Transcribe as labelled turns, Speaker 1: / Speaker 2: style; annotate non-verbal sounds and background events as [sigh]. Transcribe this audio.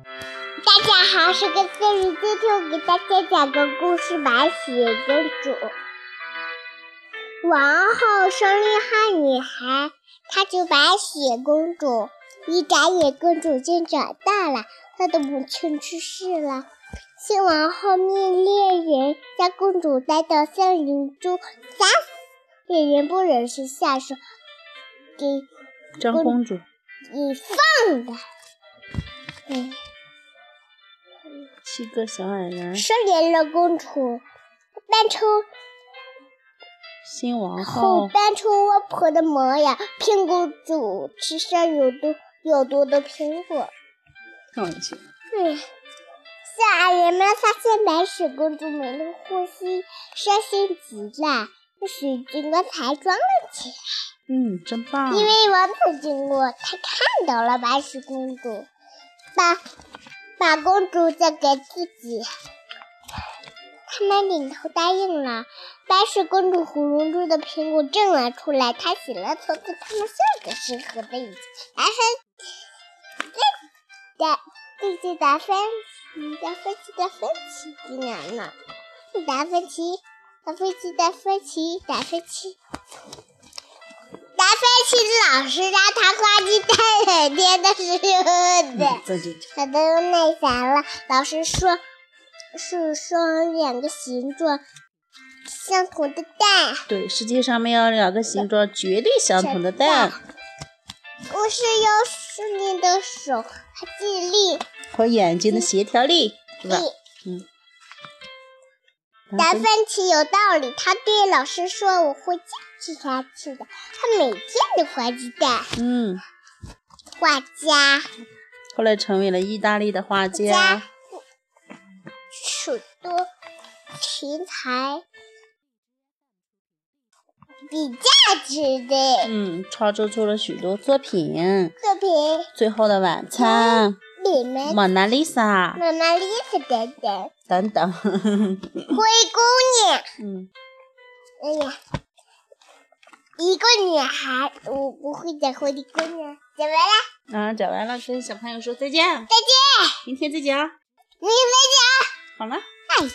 Speaker 1: 大家好，是个森林，今天我给大家讲个故事吧。雪公主，王后生了一号女孩，她就把雪公主。一眨眼，公主竟长大了，她的母亲去世了。新王后命猎人将公主带到森林中杀死。猎人不忍心下手，给
Speaker 2: 张
Speaker 1: 公
Speaker 2: 公主，
Speaker 1: 你放了。嗯。
Speaker 2: 七个小矮人儿，
Speaker 1: 失联了公主，扮成
Speaker 2: 新王
Speaker 1: 后
Speaker 2: 后，
Speaker 1: 扮成巫婆的模样，骗公主吃上有毒有毒的苹果。
Speaker 2: 放弃。
Speaker 1: 嗯，小矮人们发现白雪公主没了呼吸，伤心极了。水军官才装了起来，
Speaker 2: 嗯，真棒。
Speaker 1: 因为王子经过，他看到了白雪公主，把把公主嫁给自己。他们领头答应了。白雪公主喉咙中的苹果震了出来，她洗了头，对他们笑个是合的眼睛，打分，打对对达芬奇，达芬奇，达芬奇，竟然了，达芬奇，达芬奇，达芬奇，达芬奇。达芬奇老师让他呱唧蛋两天的时候的
Speaker 2: 嗯，。自己去。
Speaker 1: 小灯笼那啥了，老师说是说两个形状相同的蛋，
Speaker 2: 对，世界上没有两个形状绝对相同的蛋
Speaker 1: 我是有训练的手和智力。
Speaker 2: 和眼睛的协调力，是吧？
Speaker 1: 力
Speaker 2: 嗯。
Speaker 1: 达
Speaker 2: 达
Speaker 1: 芬
Speaker 2: 芬
Speaker 1: 奇有道理，他对老师说我会坚持下去的。他每天都画鸡蛋，
Speaker 2: 嗯，
Speaker 1: 画家、
Speaker 2: 后来成为了意大利的画
Speaker 1: 家
Speaker 2: 家。
Speaker 1: 许多题材比价值的
Speaker 2: 嗯，创作出了许多作品，《
Speaker 1: 作品。
Speaker 2: 最后的晚餐》
Speaker 1: 里
Speaker 2: 《
Speaker 1: 面
Speaker 2: 蒙娜丽莎》
Speaker 1: 妈妈丽丝等等，
Speaker 2: 等等。 [laughs]
Speaker 1: 灰姑娘，
Speaker 2: 嗯，
Speaker 1: 哎呀，一个女孩，我不会讲灰姑娘，讲完了，
Speaker 2: 啊，讲完了，跟小朋友说再见，
Speaker 1: 再见，
Speaker 2: 明天再讲。
Speaker 1: 明天再见。
Speaker 2: 好了。
Speaker 1: 哎呀。